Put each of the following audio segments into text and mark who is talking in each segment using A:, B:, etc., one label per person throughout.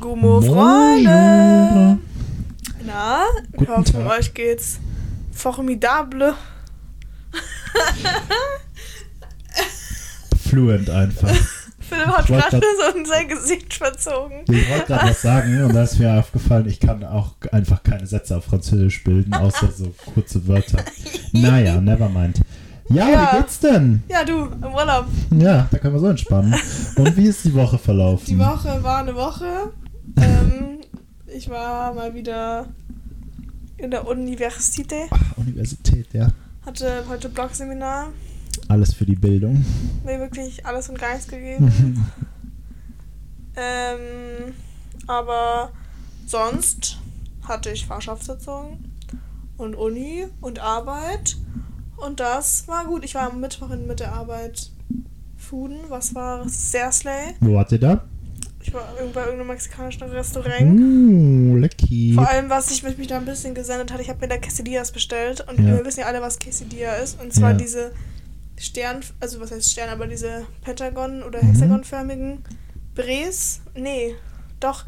A: Gummo, Freunde! Na, ich
B: Guten
A: hoffe,
B: Tag.
A: euch geht's formidable.
B: Fluent einfach.
A: Philipp hat
B: Ich wollte
A: gerade
B: grad-
A: so in sein Gesicht verzogen.
B: Ich wollte gerade was sagen und da ist mir aufgefallen, ich kann auch einfach keine Sätze auf Französisch bilden, außer so kurze Wörter. Naja, never mind. Ja,
A: Ja.
B: wie geht's denn?
A: Ja, du, im Urlaub.
B: Ja, da können wir so entspannen. Und wie ist die Woche verlaufen?
A: Die Woche war eine Woche. Ähm, ich war mal wieder in der Universität,
B: Ach, Universität, ja.
A: hatte heute Blog-Seminar,
B: Alles für die Bildung.
A: mir wirklich alles und gar nichts gegeben.
B: ja,
A: Ähm, aber sonst hatte ich Fahrschaftssitzung und Uni und Arbeit. Und das war gut. Ich war am Mittwoch in- mit der Arbeit Fuden, was war sehr slay.
B: wo wart ihr da?
A: Ich war irgend- bei irgendeinem mexikanischen Restaurant.
B: Uh, lecky.
A: Vor allem, was ich mit mich da ein bisschen gesendet hat, ich habe mir da Quesadillas bestellt. Und
B: Ja.
A: wir wissen ja alle, was Quesadilla ist. Und zwar
B: Ja.
A: diese Stern, also was heißt Stern, aber diese Pentagon- oder
B: Mhm.
A: Hexagonförmigen Brees. Nee, doch,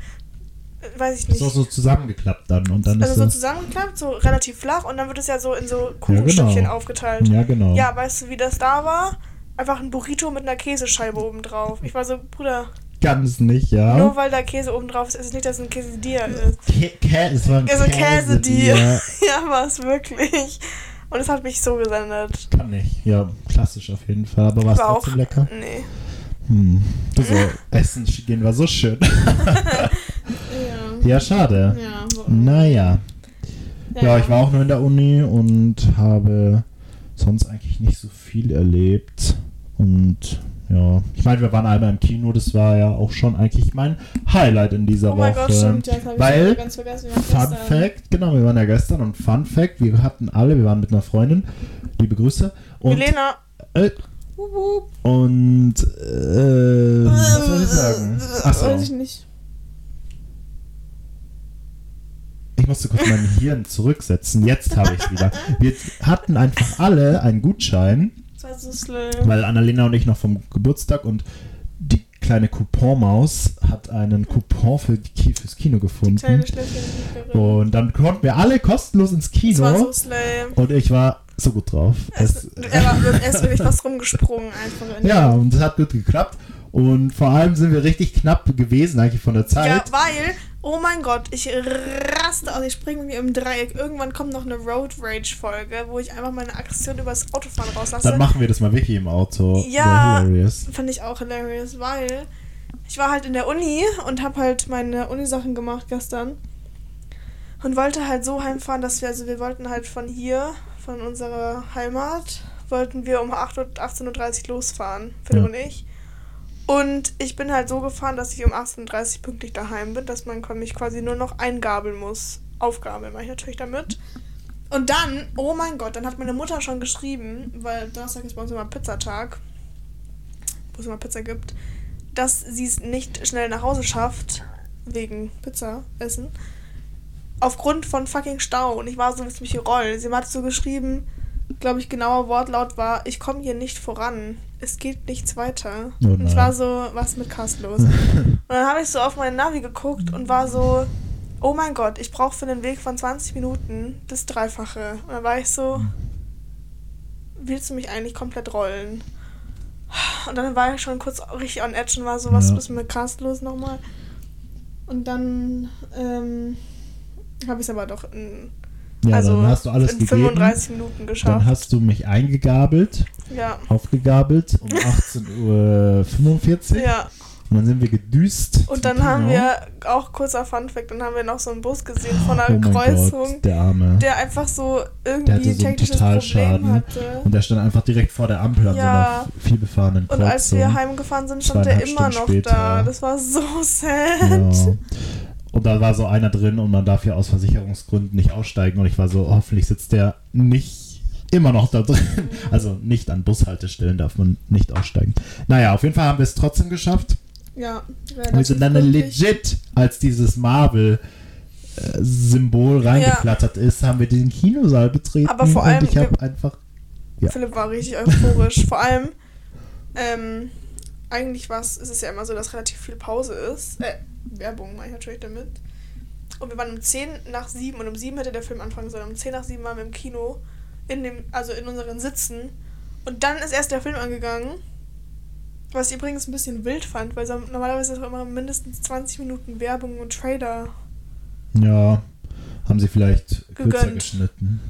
A: äh, weiß ich
B: Ist
A: nicht.
B: auch so zusammengeklappt dann und dann
A: also
B: ist
A: so
B: das.
A: zusammengeklappt, so relativ flach und dann wird es ja so in so Kuchenstückchen
B: genau.
A: aufgeteilt.
B: ja, genau.
A: Ja, weißt du, wie das da war? Einfach ein Burrito mit einer Käsescheibe obendrauf. Ich war so, Bruder,
B: Ganz nicht, ja.
A: nur weil da Käse obendrauf ist, ist es nicht, dass es ein Quesadilla ist.
B: Kä Kä es war ein
A: Also Käse, die.
B: Ja.
A: Ja, war es wirklich. Und es hat mich so gesendet.
B: Kann nicht. Ja, klassisch auf jeden Fall. Aber war es
A: war auch.
B: trotzdem lecker?
A: Nee.
B: Hm. So, Essen gehen war so schön.
A: Ja.
B: ja, schade.
A: Ja,
B: Naja.
A: ja,
B: Ja, ich war auch nur in der Uni und habe sonst eigentlich nicht so viel erlebt. Und ja, ich meine, wir waren einmal im Kino, das war ja auch schon eigentlich mein Highlight in dieser
A: Oh mein
B: Woche.
A: Gott, stimmt, ja, das habe ich
B: weil-
A: wieder ganz vergessen. wir waren
B: Fun
A: gestern-
B: Fact, genau, wir waren ja gestern und Fun Fact, wir hatten alle, wir waren mit einer Freundin, liebe Grüße. Und,
A: Milena.
B: äh,
A: Wup, wup.
B: und äh, was soll ich sagen? Achso,
A: äh, Weiß ich nicht.
B: ich musste kurz mein Hirn zurücksetzen, jetzt habe ich wieder. Wir hatten einfach alle einen Gutschein,
A: Das war so slay.
B: weil Annalena und ich noch vom Geburtstag und die kleine Couponmaus hat einen Coupon für die, Ki- fürs Kino gefunden.
A: Kleine Schläfchen.
B: Und dann konnten wir alle kostenlos ins
A: Das war
B: Kino
A: so slay.
B: und ich war so gut drauf.
A: Es,
B: Es-
A: er, war, er ist wirklich fast rumgesprungen einfach. In
B: Ja, und das hat gut geklappt. Und vor allem sind wir richtig knapp gewesen, eigentlich von der
A: ja,
B: Zeit.
A: weil, oh mein Gott, ich raste aus, ich springe mir im Dreieck. Irgendwann kommt noch eine Road Rage-Folge, wo ich einfach meine Aggression übers Autofahren
B: Dann
A: rauslasse.
B: machen wir das mal wirklich im Auto.
A: Ja.
B: Wäre Hilarious.
A: Fand ich auch hilarious, weil ich war halt in der Uni und habe halt meine Uni-Sachen gemacht gestern. Und wollte halt so heimfahren, dass wir, also wir wollten halt von hier, von unserer Heimat, wollten wir um 8 Uhr, 18.30 Uhr losfahren, Philipp
B: Ja.
A: und ich. Und ich bin halt so gefahren, dass ich um 18.30 Uhr pünktlich daheim bin, dass man mich quasi nur noch eingabeln muss. Aufgabeln mache ich natürlich damit. Und dann, oh mein Gott, dann hat meine Mutter schon geschrieben, weil Donnerstag ist bei uns immer Pizzatag, wo es immer Pizza gibt, dass sie es nicht schnell nach Hause schafft, wegen Pizza essen, aufgrund von fucking Stau. Und ich war so, willst du mich hier rollen? Sie hat so geschrieben, glaube ich, genauer Wortlaut war, ich komme hier nicht voran. Es geht nichts weiter.
B: Oh
A: und ich
B: nein.
A: war so, was ist mit Cast los? und dann habe ich so auf meinen Navi geguckt und war so, oh mein Gott, ich brauche für den Weg von 20 Minuten das Dreifache. Und dann war ich so,
B: Hm.
A: willst du mich eigentlich komplett rollen? Und dann war ich schon kurz richtig on edge und war so, was
B: Ja.
A: ist mit Cast los nochmal? Und dann ähm, habe ich es aber doch in,
B: Ja,
A: also
B: dann hast du alles
A: in
B: gegeben.
A: 35 Minuten
B: Dann
A: geschafft.
B: hast du mich eingegabelt,
A: ja.
B: aufgegabelt um 18.45 Uhr.
A: ja.
B: Und dann sind wir gedüst. zum
A: Und dann haben
B: Kino.
A: wir auch kurzer Funfact, dann haben wir noch so einen Bus gesehen von
B: Genau. oh
A: einer
B: mein
A: Kreuzung,
B: Gott, der Arme.
A: der einfach so
B: Der
A: irgendwie
B: hatte so einen
A: technisches Problem
B: Totalschaden.
A: hatte.
B: und der stand einfach direkt vor der Ampel an
A: Ja.
B: so einer viel befahrenen
A: Und
B: Kreuzung.
A: als wir heimgefahren sind, stand der
B: Zweieinhalb
A: immer noch
B: Stunden
A: da.
B: später.
A: Das war so sad.
B: Ja. Und da war so einer drin und man darf ja aus Versicherungsgründen nicht aussteigen. Und ich war so, hoffentlich sitzt der nicht immer noch da drin. Also nicht an Bushaltestellen darf man nicht aussteigen. Naja, auf jeden Fall haben wir es trotzdem geschafft.
A: Ja,
B: Wir sind dann
A: pünktlich.
B: legit, als dieses Marvel-Symbol reingeflattert ist, haben wir den Kinosaal betreten.
A: Aber vor allem-
B: und ich habe einfach... Ja.
A: Philipp war richtig euphorisch. Vor allem, ähm, eigentlich was, ist es ja immer so, dass relativ viel Pause ist. Äh, Werbung mache ich natürlich damit. Und wir waren um 10 nach 7 und um 7 hätte der Film anfangen sollen. Um 10 nach 7 waren wir im Kino, in dem, also in unseren Sitzen. Und dann ist erst der Film angegangen. Was ich übrigens ein bisschen wild fand, weil so- normalerweise ist auch immer mindestens 20 Minuten Werbung und Trailer.
B: Ja, haben sie vielleicht kürzer
A: Gegönnt.
B: geschnitten.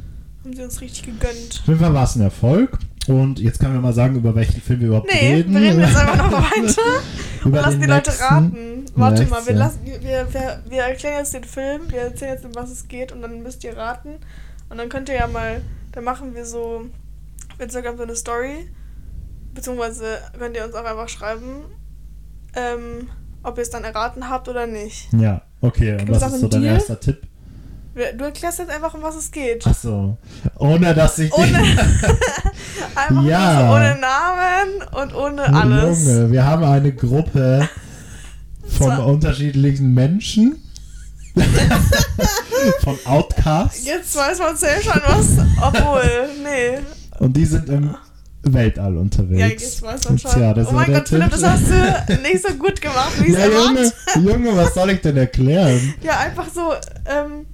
A: Haben sie uns richtig gegönnt.
B: Auf jeden Fall war es ein Erfolg. Und jetzt können wir mal sagen, über welchen Film wir überhaupt
A: Nee,
B: reden.
A: wir reden jetzt einfach noch weiter.
B: über
A: Lassen die
B: den
A: Leute
B: nächsten.
A: raten. Warte mal, wir,
B: nächsten.
A: lassen, wir, wir, wir erklären jetzt den Film, wir erzählen jetzt, um was es geht und dann müsst ihr raten. Und dann könnt ihr ja mal, dann machen wir so auf Instagram so eine Story. Beziehungsweise könnt ihr uns auch einfach schreiben, ähm, ob ihr es dann erraten habt oder nicht.
B: Ja, okay. Und
C: wir
B: was
C: sagen
B: ist so dein
C: Deal?
B: erster Tipp?
A: Wir- Du erklärst jetzt einfach, um was es geht.
B: Achso. Ohne, dass ich
A: Ohne, einfach
B: Ja.
A: nur so ohne Namen und ohne alles.
B: Junge, wir haben eine Gruppe von
A: Zwar-
B: unterschiedlichen Menschen. von Outcasts.
A: Jetzt weiß man selbst schon was. Obwohl, nee.
B: Und die sind im Weltall unterwegs.
A: Ja, jetzt weiß man
B: Und
A: schon.
B: Tja, das
A: oh
B: war
A: mein
B: der
A: Gott, Philipp,
B: Tipp.
A: das hast du nicht so gut gemacht, wie ich es
B: Ja, Junge,
A: erwartet.
B: Junge, was soll ich denn erklären?
A: Ja, einfach so, ähm,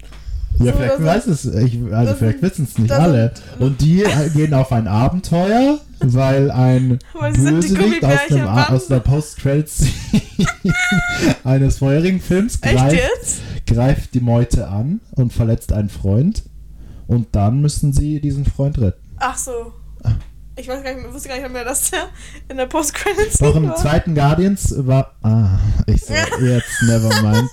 B: Ja,
A: So,
B: vielleicht
A: das
B: weiß es, ich, also
A: das
B: vielleicht
A: sind-
B: wissen es nicht
A: das
B: alle. Und die äh, gehen auf ein Abenteuer, weil ein
A: Weil sie sind die
B: Bösewicht aus,
A: Gummibärchen
B: dem, A-
A: waren.
B: aus der Post-Credits-Szene eines vorherigen Films
A: echt
B: greift,
A: jetzt?
B: greift die Meute an und verletzt einen Freund. Und dann müssen sie diesen Freund retten.
A: Ach so.
B: Ah.
A: Ich weiß gar nicht mehr, wusste gar nicht mehr, dass der in der post credits
B: Auch im
A: war.
B: zweiten Guardians war. Ah, ich so, jetzt, never mind.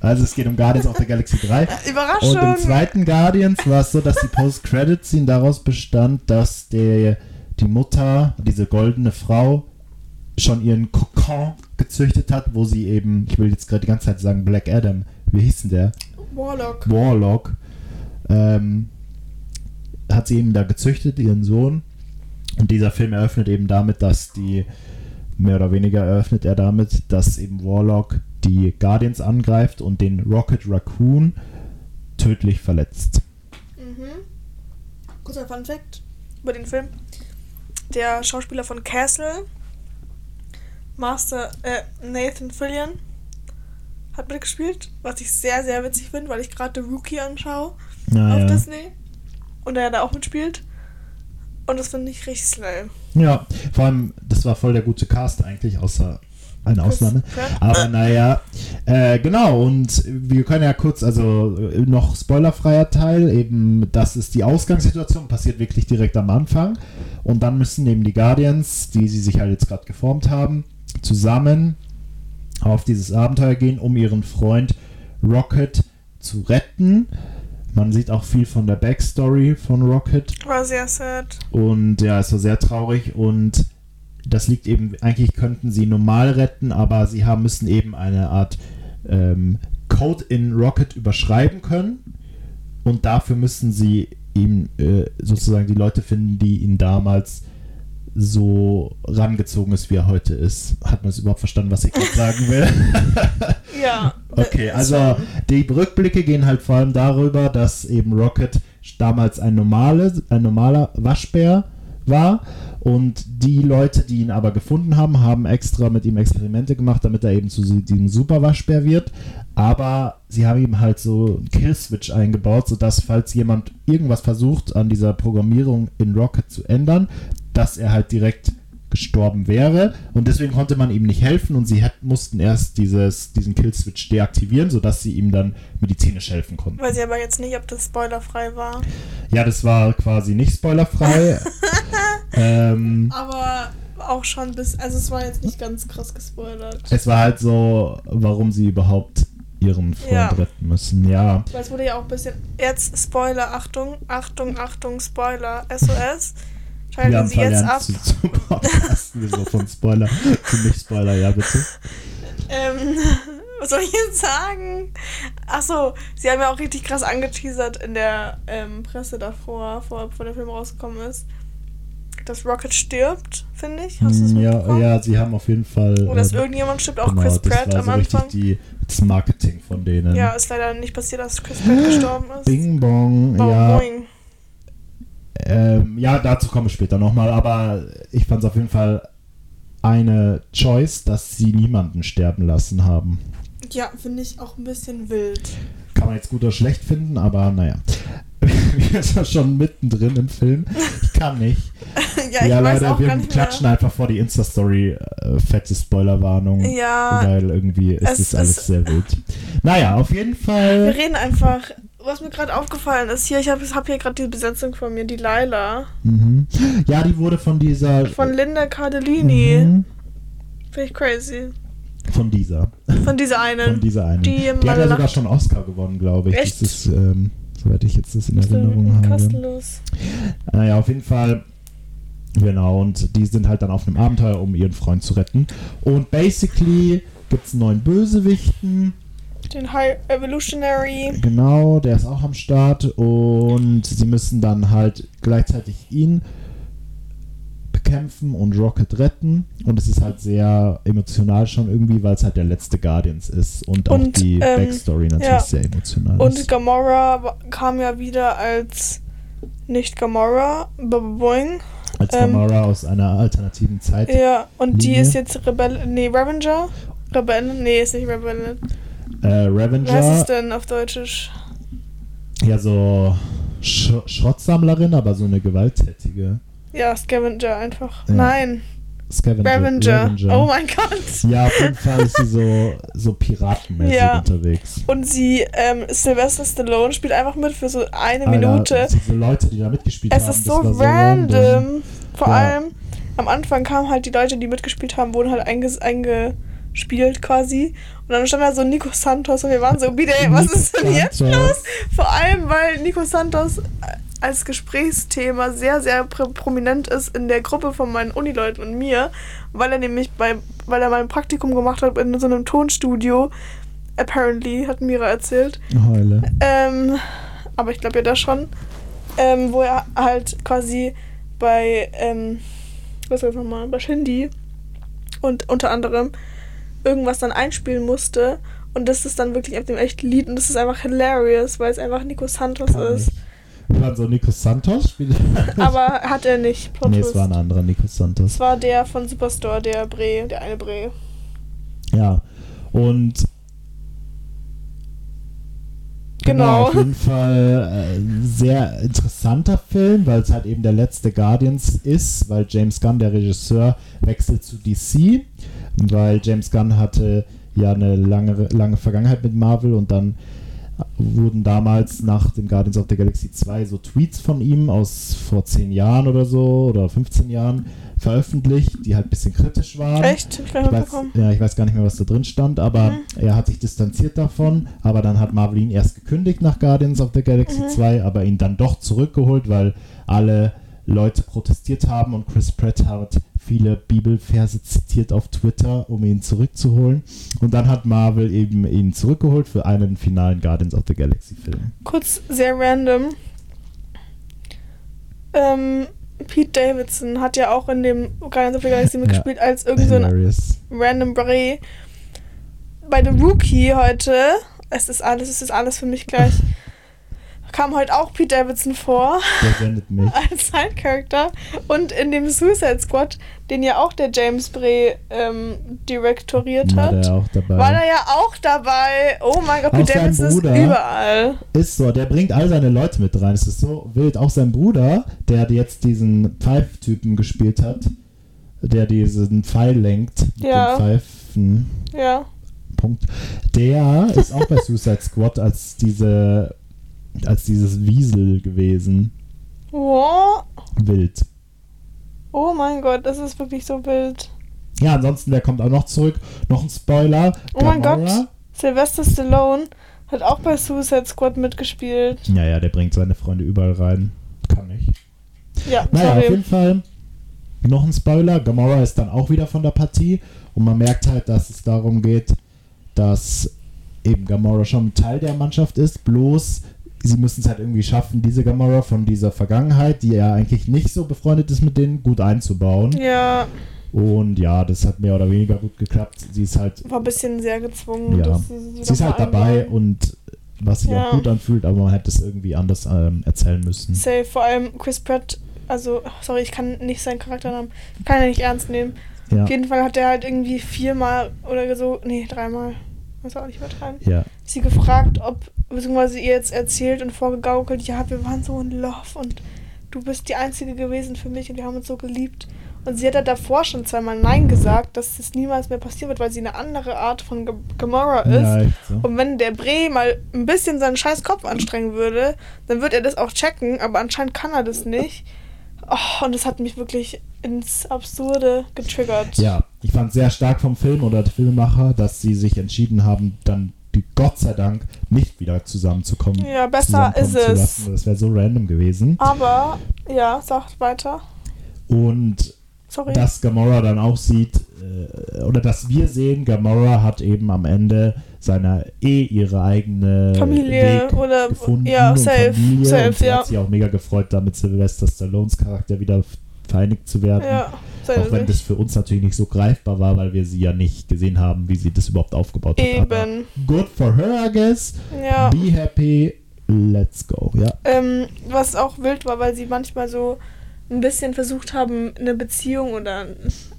B: Also, es geht um Guardians of the Galaxy 3. Und im
A: Überraschung.
B: zweiten Guardians war es so, dass die Post-Credit-Scene daraus bestand, dass der, die Mutter, diese goldene Frau, schon ihren Kokon gezüchtet hat, wo sie eben, ich will jetzt gerade die ganze Zeit sagen Black Adam, wie hieß denn der?
A: Warlock.
B: Warlock. Ähm, hat sie eben da gezüchtet, ihren Sohn. Und dieser Film eröffnet eben damit, dass die, mehr oder weniger eröffnet er damit, dass eben Warlock die Guardians angreift und den Rocket Raccoon tödlich verletzt.
A: Mhm. Kurzer Fun Fact über den Film. Der Schauspieler von Castle, Master äh, Nathan Fillion, hat mitgespielt, was ich sehr, sehr witzig finde, weil ich gerade The Rookie anschaue auf
B: Naja.
A: Disney. Und er da auch mitspielt. Und das finde ich richtig slime.
B: Ja, vor allem, das war voll der gute Cast eigentlich, außer eine Ausnahme.
A: Pratt.
B: Aber naja, äh, genau, und wir können ja kurz, also äh, noch spoilerfreier Teil, eben das ist die Ausgangssituation, passiert wirklich direkt am Anfang. Und dann müssen eben die Guardians, die sie sich halt jetzt gerade geformt haben, zusammen auf dieses Abenteuer gehen, um ihren Freund Rocket zu retten. Man sieht auch viel von der Backstory von Rocket.
A: War sehr sad.
B: Und ja, es war sehr traurig und das liegt eben, eigentlich könnten sie normal retten, aber sie haben, müssen eben eine Art ähm, Code in Rocket überschreiben können und dafür müssen sie ihm äh, sozusagen die Leute finden, die ihn damals so rangezogen ist, wie er heute ist. Hat man es überhaupt verstanden, was ich gerade sagen will?
A: Ja.
B: Okay, also die Rückblicke gehen halt vor allem darüber, dass eben Rocket damals ein, normales, ein normaler Waschbär war und die Leute, die ihn aber gefunden haben, haben extra mit ihm Experimente gemacht, damit er eben zu si- diesem Super-Waschbär wird. Aber sie haben ihm halt so einen Kill-Switch eingebaut, sodass, falls jemand irgendwas versucht, an dieser Programmierung in Rocket zu ändern, dass er halt direkt gestorben wäre und deswegen konnte man ihm nicht helfen und sie hat, mussten erst dieses, diesen Killswitch deaktivieren, sodass sie ihm dann medizinisch helfen konnten.
A: Weiß ich aber jetzt nicht, ob das spoilerfrei war.
B: Ja, das war quasi nicht spoilerfrei. ähm,
A: Aber auch schon bis. Also, es war jetzt nicht ganz krass gespoilert.
B: es war halt so, warum sie überhaupt ihren Freund
A: Ja.
B: retten müssen. Ja,
A: Weil es wurde ja auch ein bisschen. Jetzt Spoiler, Achtung, Achtung, Achtung, Spoiler, SOS.
B: wir
A: Schalten
B: haben
A: Sie jetzt
B: verlernt
A: ab.
B: zu, zu podcasten, so von Spoiler zu Nicht-Spoiler, ja bitte.
A: Ähm, was soll ich jetzt sagen? Achso, Sie haben ja auch richtig krass angeteasert in der ähm, Presse davor, vor, bevor der Film rausgekommen ist, dass Rocket stirbt, finde ich. Hast du das
B: Hm, Ja,
A: mitbekommen?
B: ja, sie haben auf jeden Fall...
A: Oder dass
B: ähm,
A: irgendjemand stirbt, auch
B: genau,
A: Chris
B: das
A: Pratt
B: war
A: am
B: so
A: Anfang.
B: Richtig die, ähm, das Marketing von denen.
A: Ja, ist leider nicht passiert, dass Chris Pratt gestorben ist.
B: Bing Bong,
A: Bau-
B: ja.
A: boing.
B: Ähm, ja, dazu komme ich später nochmal, aber ich fand es auf jeden Fall eine Choice, dass sie niemanden sterben lassen haben.
A: Ja, finde ich auch ein bisschen wild.
B: Kann man jetzt gut oder schlecht finden, aber naja. Wir sind schon mittendrin im Film. Ich kann nicht.
A: ja, ich weiß auch
B: wir
A: gar nicht
B: klatschen
A: mehr.
B: einfach vor die Insta-Story. Äh, fette Spoilerwarnung.
A: Ja.
B: Weil irgendwie ist
A: Es
B: das alles
A: ist-
B: sehr wild. Naja, auf jeden
A: Wir
B: Fall.
A: reden einfach. Was mir gerade aufgefallen ist, hier, ich habe hab hier gerade die Besetzung von mir, die Laila.
B: Mhm. Ja, die wurde von dieser.
A: Von Linda Cardellini.
B: Mhm.
A: Finde ich crazy.
B: Von dieser.
A: Von dieser einen.
B: Von dieser einen.
A: Die
B: Die,
A: mal
B: hat ja sogar
A: lacht.
B: schon Oscar gewonnen, glaube ich.
A: Echt?
B: Das ist, ähm, soweit ich jetzt das in Erinnerung
A: Bestimmt,
B: habe.
A: Kostenlos.
B: Naja, auf jeden Fall. Genau, und die sind halt dann auf einem Abenteuer, um ihren Freund zu retten. Und basically gibt es einen neuen Bösewichten.
A: Den High Evolutionary.
B: Genau, der ist auch am Start. Und sie müssen dann halt gleichzeitig ihn bekämpfen und Rocket retten. Und es ist halt sehr emotional schon irgendwie, weil es halt der letzte Guardians ist. Und, auch
A: Und,
B: die
A: ähm,
B: Backstory natürlich
A: ja.
B: sehr emotional
A: Und
B: ist.
A: Gamora wa- kam ja wieder als nicht Gamora, Baba Boing.
B: Als
A: ähm,
B: Gamora aus einer alternativen Zeit.
A: Ja, und die
B: Linie.
A: ist jetzt Rebelle. Nee, Revenger? Rebelle? Nee, ist nicht Rebelle.
B: Äh,
A: Wie heißt
B: Ravenger
A: es denn auf Deutsch?
B: Ja, so Sch Schrottsammlerin, aber so eine gewalttätige
A: Ja, Scavenger einfach.
B: Ja.
A: Nein,
B: Scavenger.
A: Revenger.
B: Ravenger.
A: Oh mein Gott.
B: ja, auf jeden Fall ist sie so, so piratenmäßig
A: Ja.
B: unterwegs.
A: Und sie, ähm, Sylvester Stallone spielt einfach mit für so
B: Ah,
A: eine Minute.
B: Alter, diese Leute, die da mitgespielt
A: Es
B: haben,
A: ist
B: das
A: so
B: war so random.
A: random. Vor
B: Ja.
A: allem am Anfang kamen halt die Leute, die mitgespielt haben, wurden halt einges eingespielt quasi. Und dann stand da so Nico Santos und wir waren so, bitte, was
B: Nico
A: ist denn jetzt
B: Santos.
A: los? Vor allem, weil Nico Santos als Gesprächsthema sehr, sehr pr- prominent ist in der Gruppe von meinen Unileuten und mir, weil er nämlich bei, weil er mein Praktikum gemacht hat in so einem Tonstudio. Apparently, hat Mira erzählt.
B: Heule.
A: Ähm, aber ich glaube ja das schon. Ähm, wo er halt quasi bei, ähm, was war das nochmal, bei Shindy und unter anderem irgendwas dann einspielen musste. Und das ist dann wirklich auf dem echten Lied und das ist einfach hilarious, weil es einfach Nico Santos
B: Kann
A: ist.
B: nicht. Wir waren so Nico Santos spielt.
A: Aber hat er nicht. Plot
B: nee,
A: Twist.
B: es war ein anderer Nico Santos.
A: Es war der von Superstore, der Bre, der eine Bre.
B: Ja. Und
A: Genau.
B: Auf jeden Fall äh, sehr interessanter Film, weil es halt eben der letzte Guardians ist, weil James Gunn, der Regisseur, wechselt zu DC, weil James Gunn hatte ja eine lange, lange Vergangenheit mit Marvel und dann wurden damals nach dem Guardians of the Galaxy 2 so Tweets von ihm aus vor 10 Jahren oder so oder 15 Jahren veröffentlicht, die halt ein bisschen kritisch waren.
A: Echt? Hab Ich gar nicht
B: Ich weiß,
A: mitbekommen.
B: ja, ich weiß gar nicht mehr, was da drin stand, aber
A: Mhm.
B: er hat sich distanziert davon. Aber dann hat Marvel ihn erst gekündigt nach Guardians of the Galaxy
A: Mhm.
B: 2, aber ihn dann doch zurückgeholt, weil alle Leute protestiert haben und Chris Pratt hat viele Bibelverse zitiert auf Twitter, um ihn zurückzuholen. Und dann hat Marvel eben ihn zurückgeholt für einen finalen Guardians of the Galaxy Film.
A: kurz sehr random. Ähm, Pete Davidson hat ja auch in dem Guardians of the Galaxy mitgespielt als irgendein so ein
B: Hilarious.
A: random Bray. Bei The Rookie heute, es ist alles, es ist alles für mich gleich, kam heute auch Pete Davidson vor
B: Der sendet mich.
A: als Side-Character. Und in dem Suicide Squad, den ja auch der James Bray ähm, direktoriert
B: War
A: hat,
B: der auch dabei.
A: war er ja auch dabei. Oh mein Gott,
B: Auch
A: Pete
B: sein
A: Davidson ist
B: Bruder.
A: überall.
B: Ist so, der bringt all seine Leute mit rein. Es ist so wild. Auch sein Bruder, der jetzt diesen Pfeif-Typen gespielt hat, der diesen Pfeil lenkt, mit
A: Ja.
B: dem Pfeifenpunkt,
A: Ja.
B: der ist auch bei Suicide Squad als diese als dieses Wiesel gewesen.
A: Wow.
B: Wild.
A: Oh mein Gott, das ist wirklich so wild.
B: Ja, ansonsten, wer kommt auch noch zurück? Noch ein Spoiler.
A: Oh mein
B: Gamora.
A: Gott. Sylvester Stallone hat auch bei Suicide Squad mitgespielt.
B: Ja, ja, der bringt seine Freunde überall rein. Kann ich.
A: Ja,
B: Naja, auf jeden
A: sorry.
B: Fall noch ein Spoiler. Gamora ist dann auch wieder von der Partie und man merkt halt, dass es darum geht, dass eben Gamora schon Teil der Mannschaft ist, bloß sie müssen es halt irgendwie schaffen, diese Gamora von dieser Vergangenheit, die ja eigentlich nicht so befreundet ist mit denen, gut einzubauen.
A: Ja,
B: Und ja, das hat mehr oder weniger gut geklappt. Sie ist halt,
A: war ein bisschen sehr gezwungen.
B: Ja.
A: Dass sie,
B: sie ist halt dabei und was sich
A: Ja.
B: auch gut anfühlt, aber man hätte es irgendwie anders ähm, erzählen müssen.
A: Safe, vor allem Chris Pratt. Also, sorry, ich kann nicht seinen Charakternamen. Kann er nicht ernst nehmen.
B: Ja.
A: Auf jeden Fall hat er halt irgendwie viermal oder so, nee, dreimal, muss auch nicht übertreiben,
B: Ja.
A: sie gefragt, ob, beziehungsweise ihr jetzt erzählt und vorgegaukelt, ja, wir waren so in Love und du bist die Einzige gewesen für mich und wir haben uns so geliebt. Und sie hat ja davor schon zweimal Nein gesagt, dass das niemals mehr passieren wird, weil sie eine andere Art von Ge- Gamora ist.
B: Ja, echt so.
A: Und wenn der Bre mal ein bisschen seinen scheiß Kopf anstrengen würde, dann wird er das auch checken, aber anscheinend kann er das nicht. Oh, und das hat mich wirklich ins Absurde getriggert.
B: Ja, ich fand sehr stark vom Film oder der Filmemacher, dass sie sich entschieden haben, dann die, Gott sei Dank nicht wieder zusammenzukommen.
A: Ja, besser
B: zusammenkommen
A: ist
B: zu
A: es. Ah.
B: lassen. Das wäre so random gewesen.
A: Aber, ja, sagt weiter.
B: Und
A: Sorry.
B: dass Gamora dann auch sieht, äh, oder dass wir sehen, Gamora hat eben am Ende seiner eh ihre eigene
A: Familie
B: Weg
A: oder-
B: gefunden
A: ja,
B: und
A: safe,
B: Familie
A: safe,
B: und sie
A: ja.
B: hat sich auch mega gefreut, damit Sylvester Stallones Charakter wieder vereinigt zu werden.
A: ja, seine
B: Auch wenn das
A: Sicht.
B: für uns natürlich nicht so greifbar war, weil wir sie ja nicht gesehen haben, wie sie das überhaupt aufgebaut hat. Aber
A: Eben.
B: Good for her, I guess.
A: Ja.
B: Be happy. Let's go. Ja.
A: Ähm, was auch wild war, weil sie manchmal so ein bisschen versucht haben, eine Beziehung oder ein-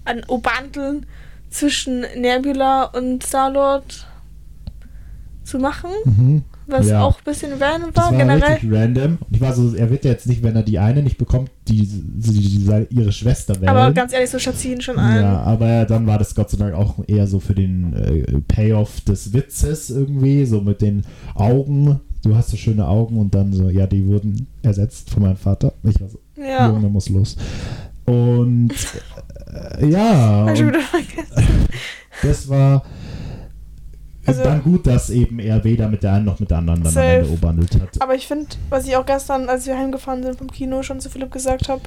A: ein Obanteln zwischen Nebula und Starlord zu machen.
B: Mhm.
A: Was
B: Ja.
A: auch ein bisschen random
B: Das
A: war,
B: war
A: generell.
B: richtig random. Und ich war so, er wird ja jetzt nicht, wenn er die eine nicht bekommt, die, die, die, die ihre Schwester wählen.
A: Aber ganz ehrlich, so schätze ich ihn schon ein.
B: ja, aber dann war das Gott sei Dank auch eher so für den äh, Payoff des Witzes irgendwie, so mit den Augen. Du hast so schöne Augen und dann so, ja, die wurden ersetzt von meinem Vater. Ich war so,
A: Ja.
B: Junge muss los. Und äh, ja,
A: Hab ich schon
B: und
A: wieder vergessen.
B: das war
A: Also-
B: dann gut, dass eben er weder mit der einen noch mit der anderen dann am
A: Safe.
B: Ende obandelt hat.
A: Aber ich finde, was ich auch gestern, als wir heimgefahren sind vom Kino, schon zu Philipp gesagt habe,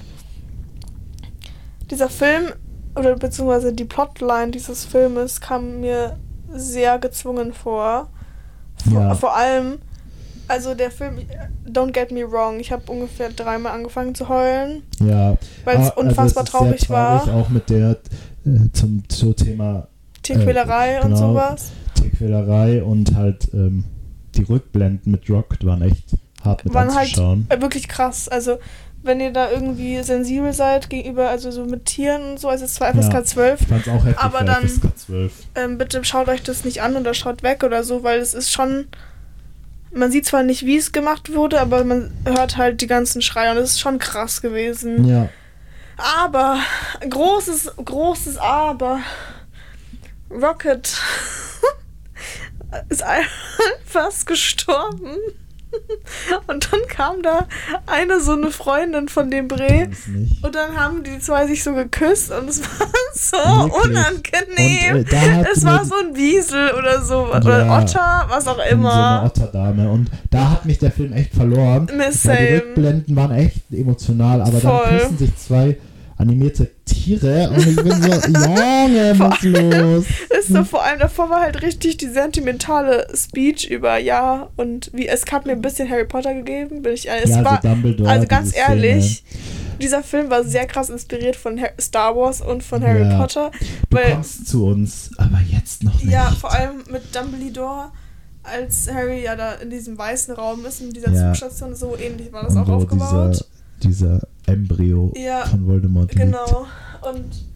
A: dieser Film oder beziehungsweise die Plotline dieses Filmes kam mir sehr gezwungen vor. Vor,
B: Ja.
A: vor allem, also der Film, don't get me wrong, ich habe ungefähr dreimal angefangen zu heulen.
B: Ja.
A: Weil es
B: Ah,
A: unfassbar
B: es ist
A: traurig
B: sehr traurig
A: war.
B: Auch mit der äh, zum, zum Thema
A: Tierquälerei
B: Äh,
A: und
B: genau.
A: sowas.
B: Tierquälerei und halt ähm, die Rückblenden mit Rocket waren echt hart mit
A: waren halt
B: anzuschauen.
A: äh, wirklich krass. Also, wenn ihr da irgendwie sensibel seid gegenüber, also so mit Tieren und so, also es ist zwar FSK
B: Ja.
A: 12,
B: ich fand's auch heftig
A: aber
B: für
A: dann-
B: FSK 12.
A: ähm, bitte schaut euch das nicht an oder schaut weg oder so, weil es ist schon. Man sieht zwar nicht, wie es gemacht wurde, aber man hört halt die ganzen Schreie und es ist schon krass gewesen.
B: Ja,
A: Aber, großes, großes Aber. Rocket ist ein- fast gestorben. Und dann kam da eine so eine Freundin von dem Bre.
B: weiß nicht.
A: Und dann haben die zwei sich so geküsst und es war so
B: Wirklich?
A: unangenehm.
B: Und, äh, da hat
A: es
B: mir
A: war
B: die-
A: so ein Wiesel oder so.
B: Ja.
A: Oder Otter, was auch
B: So eine
A: immer.
B: Otterdame. Und da hat mich der Film echt verloren.
A: Ne,
B: Weil die
A: same.
B: Rückblenden waren echt emotional, aber
A: Voll.
B: dann küssen sich zwei animierte Tiere und ich bin so, Junge, was los?
A: Ist so vor allem, davor war halt richtig die sentimentale Speech über ja und wie es hat mir ein bisschen Harry Potter gegeben, bin ich ehrlich. Es
B: Ja, so
A: war,
B: Dumbledore,
A: also ganz
B: diese Szene.
A: ehrlich, dieser Film war sehr krass inspiriert von Har- Star Wars und von Harry
B: Ja.
A: Potter.
B: Du
A: Weil
B: kommst zu uns, aber jetzt noch nicht.
A: Ja, vor allem mit Dumbledore, als Harry ja da in diesem weißen Raum ist, in dieser
B: Ja.
A: Zugstation, so ähnlich war das
B: Und
A: auch
B: wo
A: aufgebaut.
B: Dieser, dieser Embryo
A: Ja,
B: von Voldemort. liegt.
A: Genau. Und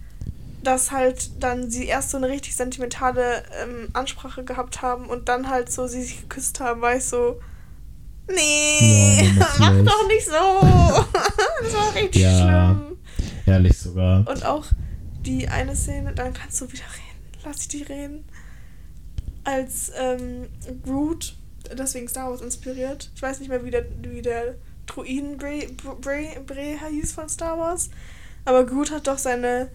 A: dass halt dann sie erst so eine richtig sentimentale ähm, Ansprache gehabt haben und dann halt so sie sich geküsst haben, war ich so. Nee,
B: Ja,
A: mach
B: Matthias.
A: doch nicht so. das war richtig
B: Ja.
A: schlimm.
B: Ehrlich sogar.
A: Und auch die eine Szene, dann kannst du wieder reden. Lass ich dich reden. Als ähm, Groot, deswegen Star Wars inspiriert. Ich weiß nicht mehr, wie der, wie der Druiden Bray, Bray, Bray hieß von Star Wars. Aber Groot hat doch seine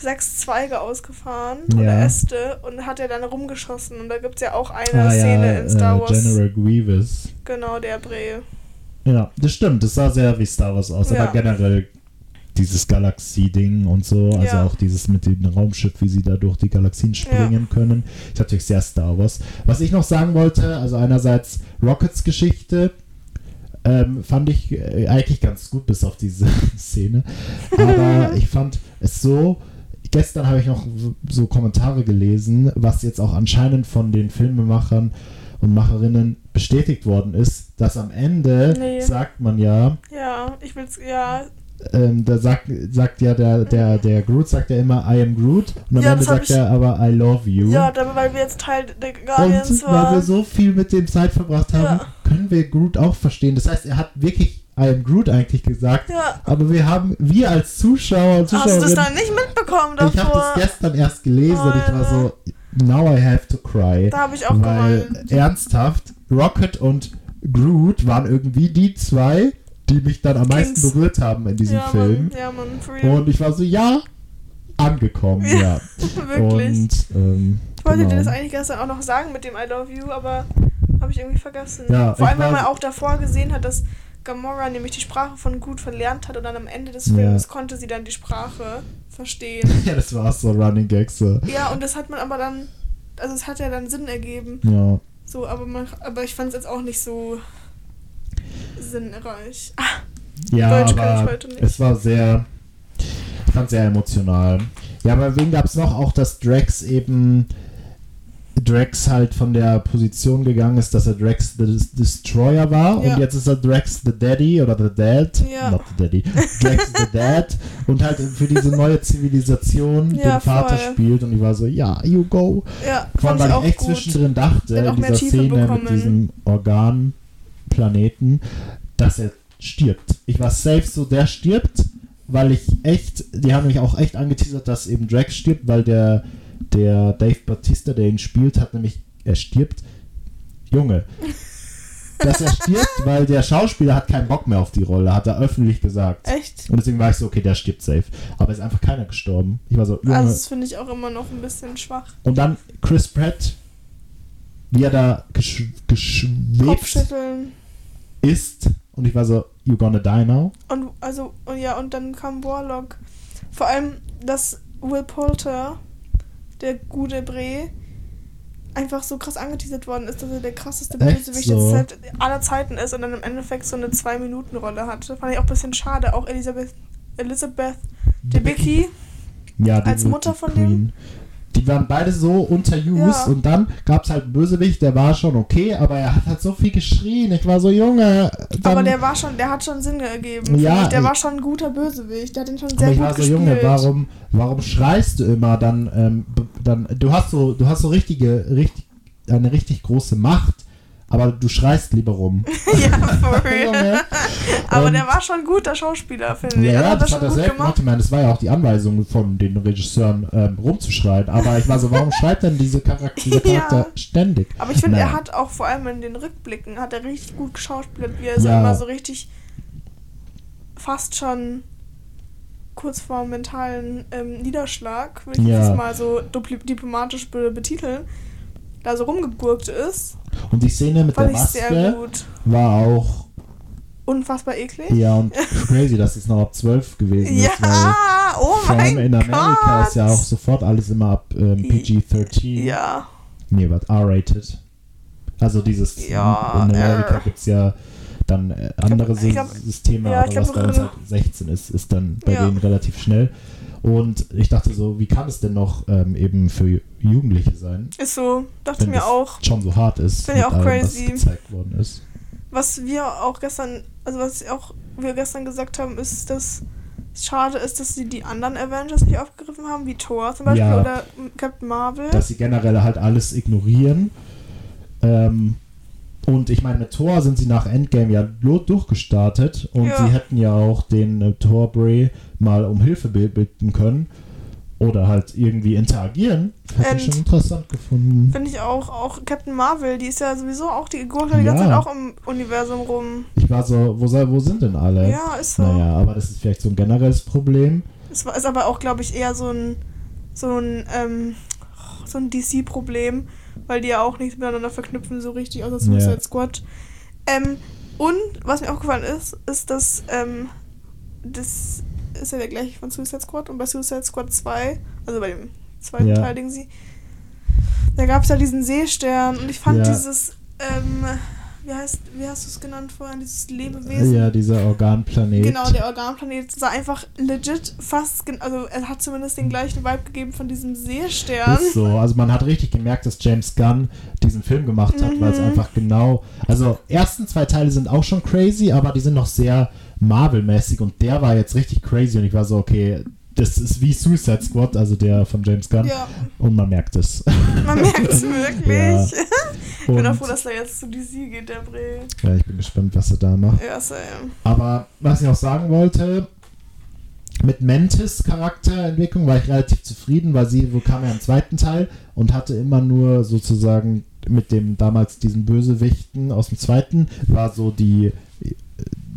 A: sechs Zweige ausgefahren oder
B: Ja.
A: Äste und hat ja dann rumgeschossen. Und da gibt es ja auch eine
B: Ah,
A: Szene
B: ja,
A: in Star
B: äh,
A: Wars.
B: General Grievous.
A: Genau, der Bray.
B: Ja, das stimmt. Das sah sehr wie Star Wars aus.
A: Ja.
B: Aber generell dieses Galaxie-Ding und so. Also
A: Ja.
B: auch dieses mit dem Raumschiff, wie sie da durch die Galaxien springen können. Ist natürlich sehr Star Wars. Was ich noch sagen wollte, also einerseits Rockets Geschichte. Ähm, fand ich äh, eigentlich ganz gut, bis auf diese Szene. Aber ich fand es so. Gestern habe ich noch so Kommentare gelesen, was jetzt auch anscheinend von den Filmemachern und Macherinnen bestätigt worden ist, dass am Ende
A: Nee.
B: sagt man ja,
A: Ja, ich will's. Ja,
B: ähm, da sagt, sagt ja der, der, der Groot, sagt ja immer I am Groot und am
A: Ja,
B: Ende
A: das hab
B: sagt
A: ich-
B: er aber I love you.
A: Ja, damit, weil wir jetzt Teil der Guardians
B: und weil wir
A: waren.
B: so viel mit dem Zeit verbracht haben,
A: Ja.
B: können wir Groot auch verstehen. Das heißt, er hat wirklich I am Groot eigentlich gesagt,
A: ja.
B: aber wir haben, wir als Zuschauer
A: Hast
B: und
A: du das
B: Zuschauerinnen,
A: dann nicht mitbekommen
B: ich habe das
A: davor?
B: gestern erst gelesen und ich war so, now I have to cry.
A: Da habe ich auch
B: Weil
A: geheult.
B: ernsthaft, Rocket und Groot waren irgendwie die zwei, die mich dann am meisten
A: Kings.
B: berührt haben in diesem
A: Ja,
B: Film.
A: Mann, ja, Mann, for real.
B: Und ich war so, ja, angekommen, ja.
A: Ja, wirklich.
B: Und, ähm,
A: ich wollte dir
B: genau.
A: das eigentlich gestern auch noch sagen mit dem I love you, aber habe ich irgendwie vergessen.
B: Ja,
A: Vor
B: ich
A: allem, weil
B: war-
A: man auch davor gesehen hat, dass Gamora nämlich die Sprache von Groot verlernt hat und dann am Ende des
B: Ja.
A: Films konnte sie dann die Sprache verstehen.
B: ja, das war so Running Gags. So.
A: Ja, und das hat man aber dann, also es hat ja dann Sinn ergeben.
B: Ja.
A: So, aber, man, aber ich fand es jetzt auch nicht so sinnreich. Ah,
B: Ja,
A: Deutsch kann ich
B: aber
A: heute nicht.
B: es war sehr, ich fand sehr emotional. Ja, aber wen gab es noch? Auch, dass Drax eben, Drax halt von der Position gegangen ist, dass er Drax the Des- Destroyer war
A: Ja.
B: und jetzt ist er Drax the Daddy oder the Dad,
A: Ja.
B: not the Daddy, Drax the Dad und halt für diese neue Zivilisation
A: Ja,
B: den Vater
A: voll.
B: spielt und ich war so, ja, you go.
A: ja,
B: Vor allem,
A: fand ich
B: weil ich
A: auch
B: echt
A: gut.
B: zwischendrin dachte,
A: Der hat auch
B: in
A: mehr
B: dieser
A: Tiefe
B: Szene
A: bekommen.
B: mit diesem Organplaneten, dass er stirbt. Ich war safe so, der stirbt, weil ich echt, die haben mich auch echt angeteasert, dass eben Drax stirbt, weil der, der Dave Batista, der ihn spielt, hat nämlich, er stirbt, Junge. Dass er stirbt, weil der Schauspieler hat keinen Bock mehr auf die Rolle, hat er öffentlich gesagt.
A: Echt?
B: Und deswegen war ich so, okay, der stirbt safe. Aber ist einfach keiner gestorben. Ich war so, Junge.
A: Also, das finde ich auch immer noch ein bisschen schwach.
B: Und dann Chris Pratt, wie er da gesch geschwebt
A: Kopfschütteln.
B: ist. Und ich war so, you gonna die now?
A: Und also und ja, und dann kam Warlock. Vor allem, dass Will Poulter, der gute Bre, einfach so krass angeteasert worden ist, dass er der krasseste
B: Echt
A: Bösewicht
B: so?
A: jetzt seit aller Zeiten ist und dann im Endeffekt so eine 2-Minuten-Rolle hat. Das fand ich auch ein bisschen schade. Auch Elisabeth, Elizabeth Debicki.
B: Ja, die
A: als
B: wird
A: Mutter
B: die
A: von
B: Queen. Die waren beide so
A: Ja.
B: unterused und dann gab es halt einen Bösewicht, der war schon okay, aber er hat halt so viel geschrien. Ich war so, Junge. Dann,
A: Aber der war schon, der hat schon Sinn ergeben.
B: Ja,
A: Ja, ich. Der
B: ich-
A: war schon ein guter Bösewicht. Der hat ihn schon
B: aber
A: sehr
B: ich
A: gut
B: war so,
A: gespielt.
B: Junge, warum, warum schreist du immer? Dann, ähm, b- dann, du hast so, du hast so richtige, richtig, eine richtig große Macht, aber du schreist lieber rum.
A: ja, for real.
B: Junge.
A: Aber
B: Und-
A: der war schon ein guter Schauspieler, finde ich.
B: Ja,
A: Also
B: ja,
A: hat
B: das
A: schon
B: hat er
A: gut
B: selbst gemacht. Ich meine, das war ja auch die Anweisung von den Regisseuren, ähm, rumzuschreien. Aber ich war so, warum schreit denn diese Charakter, dieser
A: Ja.
B: Charakter ständig?
A: Aber ich finde,
B: Naja.
A: er hat auch vor allem in den Rückblicken, hat er richtig gut geschauspielert, wie er so
B: Ja.
A: immer so richtig fast schon kurz vor dem mentalen ähm, Niederschlag, würde ich
B: Ja.
A: das mal so dupli- diplomatisch be betiteln, da so rumgegurkt ist,
B: Und die Szene mit
A: fand
B: der
A: ich sehr
B: Maske
A: gut.
B: war auch,
A: Unfassbar eklig.
B: ja, und crazy, dass es noch ab 12 gewesen ist. Weil
A: Ja, oh
B: vor
A: mein
B: allem in Amerika
A: Gott.
B: ist ja auch sofort alles immer ab ähm, PG-13.
A: Ja,
B: Nee, was? R-rated. Also dieses,
A: Ja,
B: in Amerika
A: R.
B: gibt es ja dann äh, andere
A: ich glaub-
B: Sy- Systeme,
A: ja, ich glaub,
B: aber was bei uns
A: äh,
B: halt 16 ist, ist dann bei
A: Ja.
B: denen relativ schnell. Und ich dachte so, wie kann es denn noch ähm, eben für Jugendliche sein,
A: ist so. Dachte
B: wenn das
A: mir auch.
B: schon so hart ist,
A: Find ich auch crazy.
B: was gezeigt worden ist.
A: Was wir auch gestern, also was auch wir gestern gesagt haben, ist, dass es schade ist, dass sie die anderen Avengers nicht aufgegriffen haben, wie Thor zum Beispiel
B: Ja.
A: oder Captain Marvel.
B: dass sie generell halt alles ignorieren. Ähm, und ich meine, mit Thor sind sie nach Endgame ja lo- durchgestartet und
A: Ja.
B: sie hätten ja auch den äh, Thorbury mal um Hilfe be- bitten können oder halt irgendwie interagieren. Hätte ich
A: End.
B: schon interessant gefunden.
A: Finde ich auch, auch Captain Marvel, die ist ja sowieso auch, die gurkt ja die
B: Ja.
A: ganze Zeit auch im Universum rum.
B: Ich war so, wo, sei, wo sind denn alle?
A: Ja, ist so.
B: Naja, aber das ist vielleicht so ein generelles Problem.
A: Es war, ist aber auch, glaube ich, eher so ein, so ein, ähm, so ein DC-Problem, weil die ja auch nichts miteinander verknüpfen so richtig, außer
B: Ja.
A: Suicide Squad. Ähm, und was mir aufgefallen ist, ist, dass, ähm, das ist ja der gleiche von Suicide Squad und bei Suicide Squad 2, also bei dem zweiten
B: Ja.
A: Teil, den sie, da gab es ja diesen Seestern und ich fand
B: Ja.
A: dieses, ähm, wie, heißt, wie hast du es genannt vorhin, dieses Lebewesen?
B: Ja, dieser Organplanet.
A: Genau, der Organplanet sah einfach legit fast, gen- also er hat zumindest den gleichen Vibe gegeben von diesem Seestern.
B: Ist so. Also man hat richtig gemerkt, dass James Gunn diesen Film gemacht hat, weil es
A: Mhm.
B: einfach genau. Also ersten zwei Teile sind auch schon crazy, aber die sind noch sehr Marvel-mäßig und der war jetzt richtig crazy und ich war so, okay, das ist wie Suicide Squad, also der von James Gunn.
A: Ja.
B: Und man merkt es.
A: Man merkt es wirklich.
B: Ja.
A: Ich bin auch
B: Und-
A: froh, dass er jetzt zu DC geht, der Brill.
B: Ja, ich bin gespannt, was er da macht.
A: Ja, same.
B: Aber was ich noch sagen wollte, mit Mantis Charakterentwicklung war ich relativ zufrieden, weil sie wo kam ja im zweiten Teil und hatte immer nur sozusagen mit dem damals diesen Bösewichten aus dem zweiten, war so die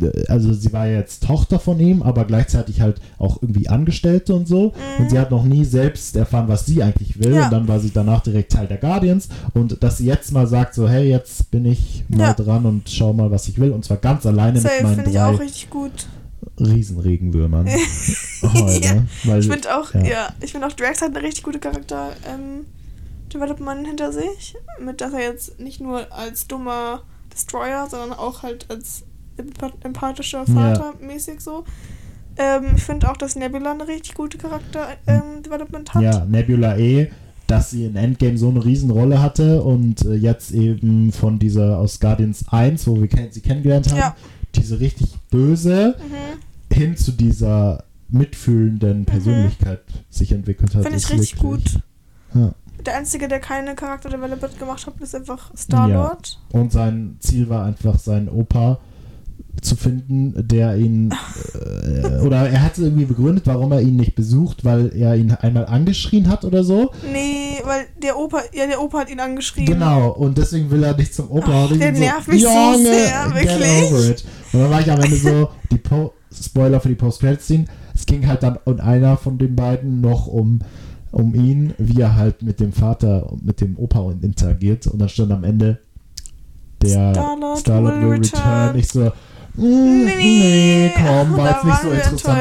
B: äh, also sie war jetzt Tochter von ihm, aber gleichzeitig halt auch irgendwie Angestellte und so. Und sie hat noch nie selbst erfahren, was sie eigentlich will.
A: Mhm. Ja.
B: Und dann war sie danach direkt Teil der Guardians. Und dass sie jetzt mal sagt, so, hey, jetzt bin ich mal
A: Ja.
B: dran und schau mal, was ich will. Und zwar ganz alleine mit
A: Safe
B: meinen
A: finde ich auch
B: drei
A: richtig gut.
B: Riesenregenwürmern. Heute,
A: Ja.
B: ne? weil,
A: Ich finde auch,
B: ja.
A: ja. ich finde auch Drax hat eine richtig gute Charakter ähm, Development hinter sich, mit dass er jetzt nicht nur als dummer Destroyer, sondern auch halt als empath- empathischer Vater mäßig so. Ähm, ich finde auch, dass Nebula eine richtig gute Charakter ähm, Development hat.
B: ja, Nebula E, dass sie in Endgame so eine Riesenrolle hatte und äh, jetzt eben von dieser aus Guardians 1, wo wir ken sie kennengelernt haben,
A: Ja.
B: diese richtig böse
A: Mhm.
B: hin zu dieser mitfühlenden Persönlichkeit sich entwickelt hat.
A: Finde ich
B: ist
A: richtig
B: wirklich-
A: gut.
B: Ja.
A: Der einzige, der keine Charakter Development gemacht hat, ist einfach Star Lord.
B: Und sein Ziel war einfach, seinen Opa zu finden, der ihn äh, oder er hat irgendwie begründet, warum er ihn nicht besucht, weil er ihn einmal angeschrien hat oder so.
A: Nee, weil der Opa, ja, der Opa hat ihn angeschrieben.
B: Genau, und deswegen will er nicht zum Opa. Und ich
A: der
B: bin
A: nervt mich so sehr,
B: Get
A: wirklich.
B: over it. Und dann war ich am Ende so, die po Spoiler für die Post-Credit-Scene, es ging halt dann und einer von den beiden noch um, um ihn, wie er halt mit dem Vater, und mit dem Opa interagiert. Und dann stand am Ende der
A: Star-Lord
B: Star-Lord
A: will return.
B: Ich so, mm,
A: Nee.
B: nee, komm, war
A: Da
B: jetzt nicht
A: waren
B: so
A: wir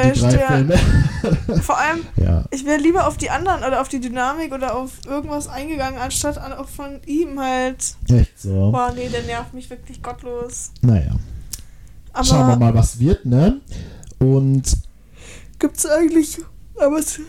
B: interessant, die drei
A: enttäuscht, ja.
B: Filme.
A: Vor allem,
B: ja.
A: ich wäre lieber auf die anderen oder auf die Dynamik oder auf irgendwas eingegangen, anstatt an- auch von ihm halt.
B: echt so.
A: Boah, nee, der nervt mich wirklich gottlos.
B: Naja,
A: Aber
B: schauen wir mal, was wird, ne? Und
A: gibt's eigentlich. Aber es.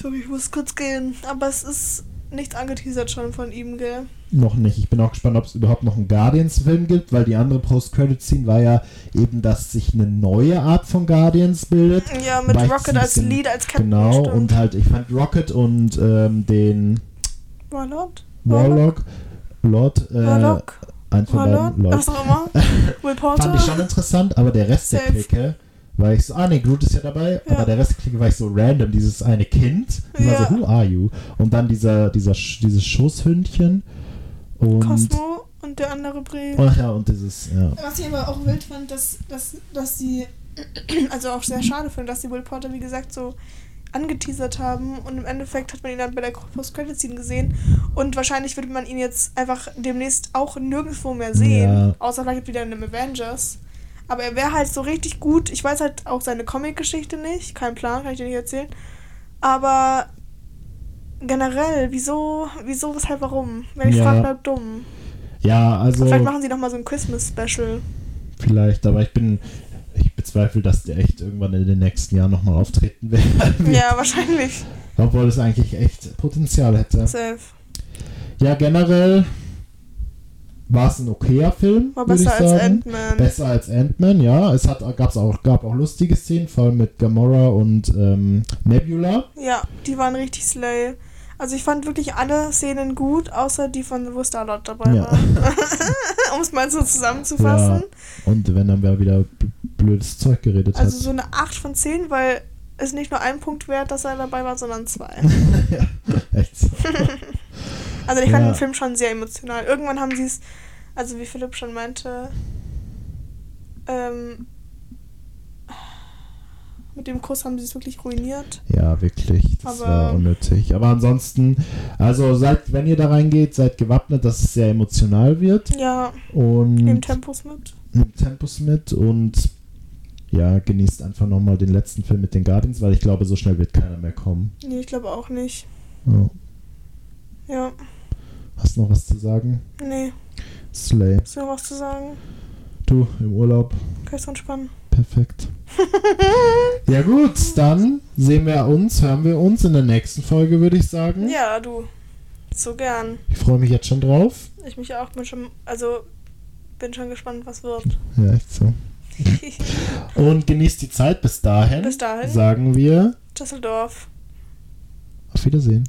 A: Sorry, ich muss kurz gehen. Aber es ist nichts angeteasert schon von ihm, gell?
B: Noch nicht. Ich bin auch gespannt, ob es überhaupt noch einen Guardians-Film gibt, weil die andere Post-Credit-Scene war ja eben, dass sich eine neue Art von Guardians bildet.
A: Ja, mit
B: Wobei ich
A: Rocket
B: ziemlich
A: als
B: gen-
A: Lead, als Captain.
B: Genau,
A: stimmt.
B: und halt, ich fand Rocket und ähm, den
A: Warlord?
B: Warlock, Lord, äh,
A: Warlock?
B: ein von
A: Warlord?
B: beiden Lord,
A: Was auch immer. Will Porter?
B: fand ich schon interessant, aber der Rest der
A: Safe.
B: Clique war ich so, ah nee, Groot ist ja dabei,
A: Ja.
B: aber der Rest der Clique war ich so random, dieses eine Kind, und war so,
A: Ja.
B: who are you? Und dann dieser, dieser, Sch- dieses Schusshündchen und,
A: Cosmo und der andere Brie.
B: ach Oh ja, und dieses, ja.
A: Was ich aber auch wild fand, dass, dass, dass sie, also auch sehr schade finde, dass sie Will Porter, wie gesagt, so angeteasert haben und im Endeffekt hat man ihn dann bei der post credit scene gesehen und wahrscheinlich wird man ihn jetzt einfach demnächst auch nirgendwo mehr sehen,
B: Ja.
A: außer vielleicht wieder in einem Avengers. Aber er wäre halt so richtig gut. Ich weiß halt auch seine Comic-Geschichte nicht, kein Plan, kann ich dir nicht erzählen. Aber generell, wieso, wieso, weshalb, warum? Wenn ich
B: Ja.
A: frage, bleib dumm.
B: Ja, also
A: Vielleicht machen sie nochmal so ein Christmas-Special.
B: vielleicht, aber ich bin, ich bezweifle, dass der echt irgendwann in den nächsten Jahren nochmal auftreten wird.
A: Ja, wahrscheinlich.
B: Obwohl es eigentlich echt Potenzial hätte.
A: Safe.
B: Ja, generell war es ein okayer Film,
A: War
B: würde ich
A: besser als
B: sagen.
A: Ant-Man.
B: Besser als Ant-Man, ja. Es hat, gab's auch, gab auch lustige Szenen, vor allem mit Gamora und ähm, Nebula.
A: Ja, die waren richtig slay. Also ich fand wirklich alle Szenen gut, außer die von wo Star-Lord dabei
B: Ja.
A: war. um es mal so zusammenzufassen.
B: Und wenn dann wer wieder b- blödes Zeug geredet
A: Also so
B: hat.
A: eine 8 von 10, weil es nicht nur ein Punkt wert, dass er dabei war, sondern zwei.
B: ja, echt so.
A: Also ich fand
B: Ja.
A: den Film schon sehr emotional. Irgendwann haben sie es, also wie Philipp schon meinte, ähm, mit dem Kuss haben sie es wirklich ruiniert.
B: Ja, wirklich. Das
A: Aber-
B: war unnötig. Aber ansonsten, also seid, wenn ihr da reingeht, seid gewappnet, dass es sehr emotional wird.
A: Ja, nehmt
B: Und
A: Tempos mit.
B: nimmt Tempos mit und ja, genießt einfach nochmal den letzten Film mit den Guardians, weil ich glaube, so schnell wird keiner mehr kommen.
A: Nee, ich glaube auch nicht.
B: Ja.
A: Ja.
B: Hast du noch was zu sagen?
A: Nee.
B: Slay.
A: Hast du noch was zu sagen?
B: Du im Urlaub.
A: Kannst du entspannen?
B: Perfekt. Ja gut, dann sehen wir uns, hören wir uns in der nächsten Folge, würde ich sagen.
A: ja, du. So gern.
B: Ich freue mich jetzt schon drauf.
A: Ich mich auch. Bin schon, also, bin schon gespannt, was wird.
B: Ja, echt so. Und genießt die Zeit bis dahin.
A: Bis dahin.
B: Sagen wir
A: Düsseldorf.
B: auf Wiedersehen.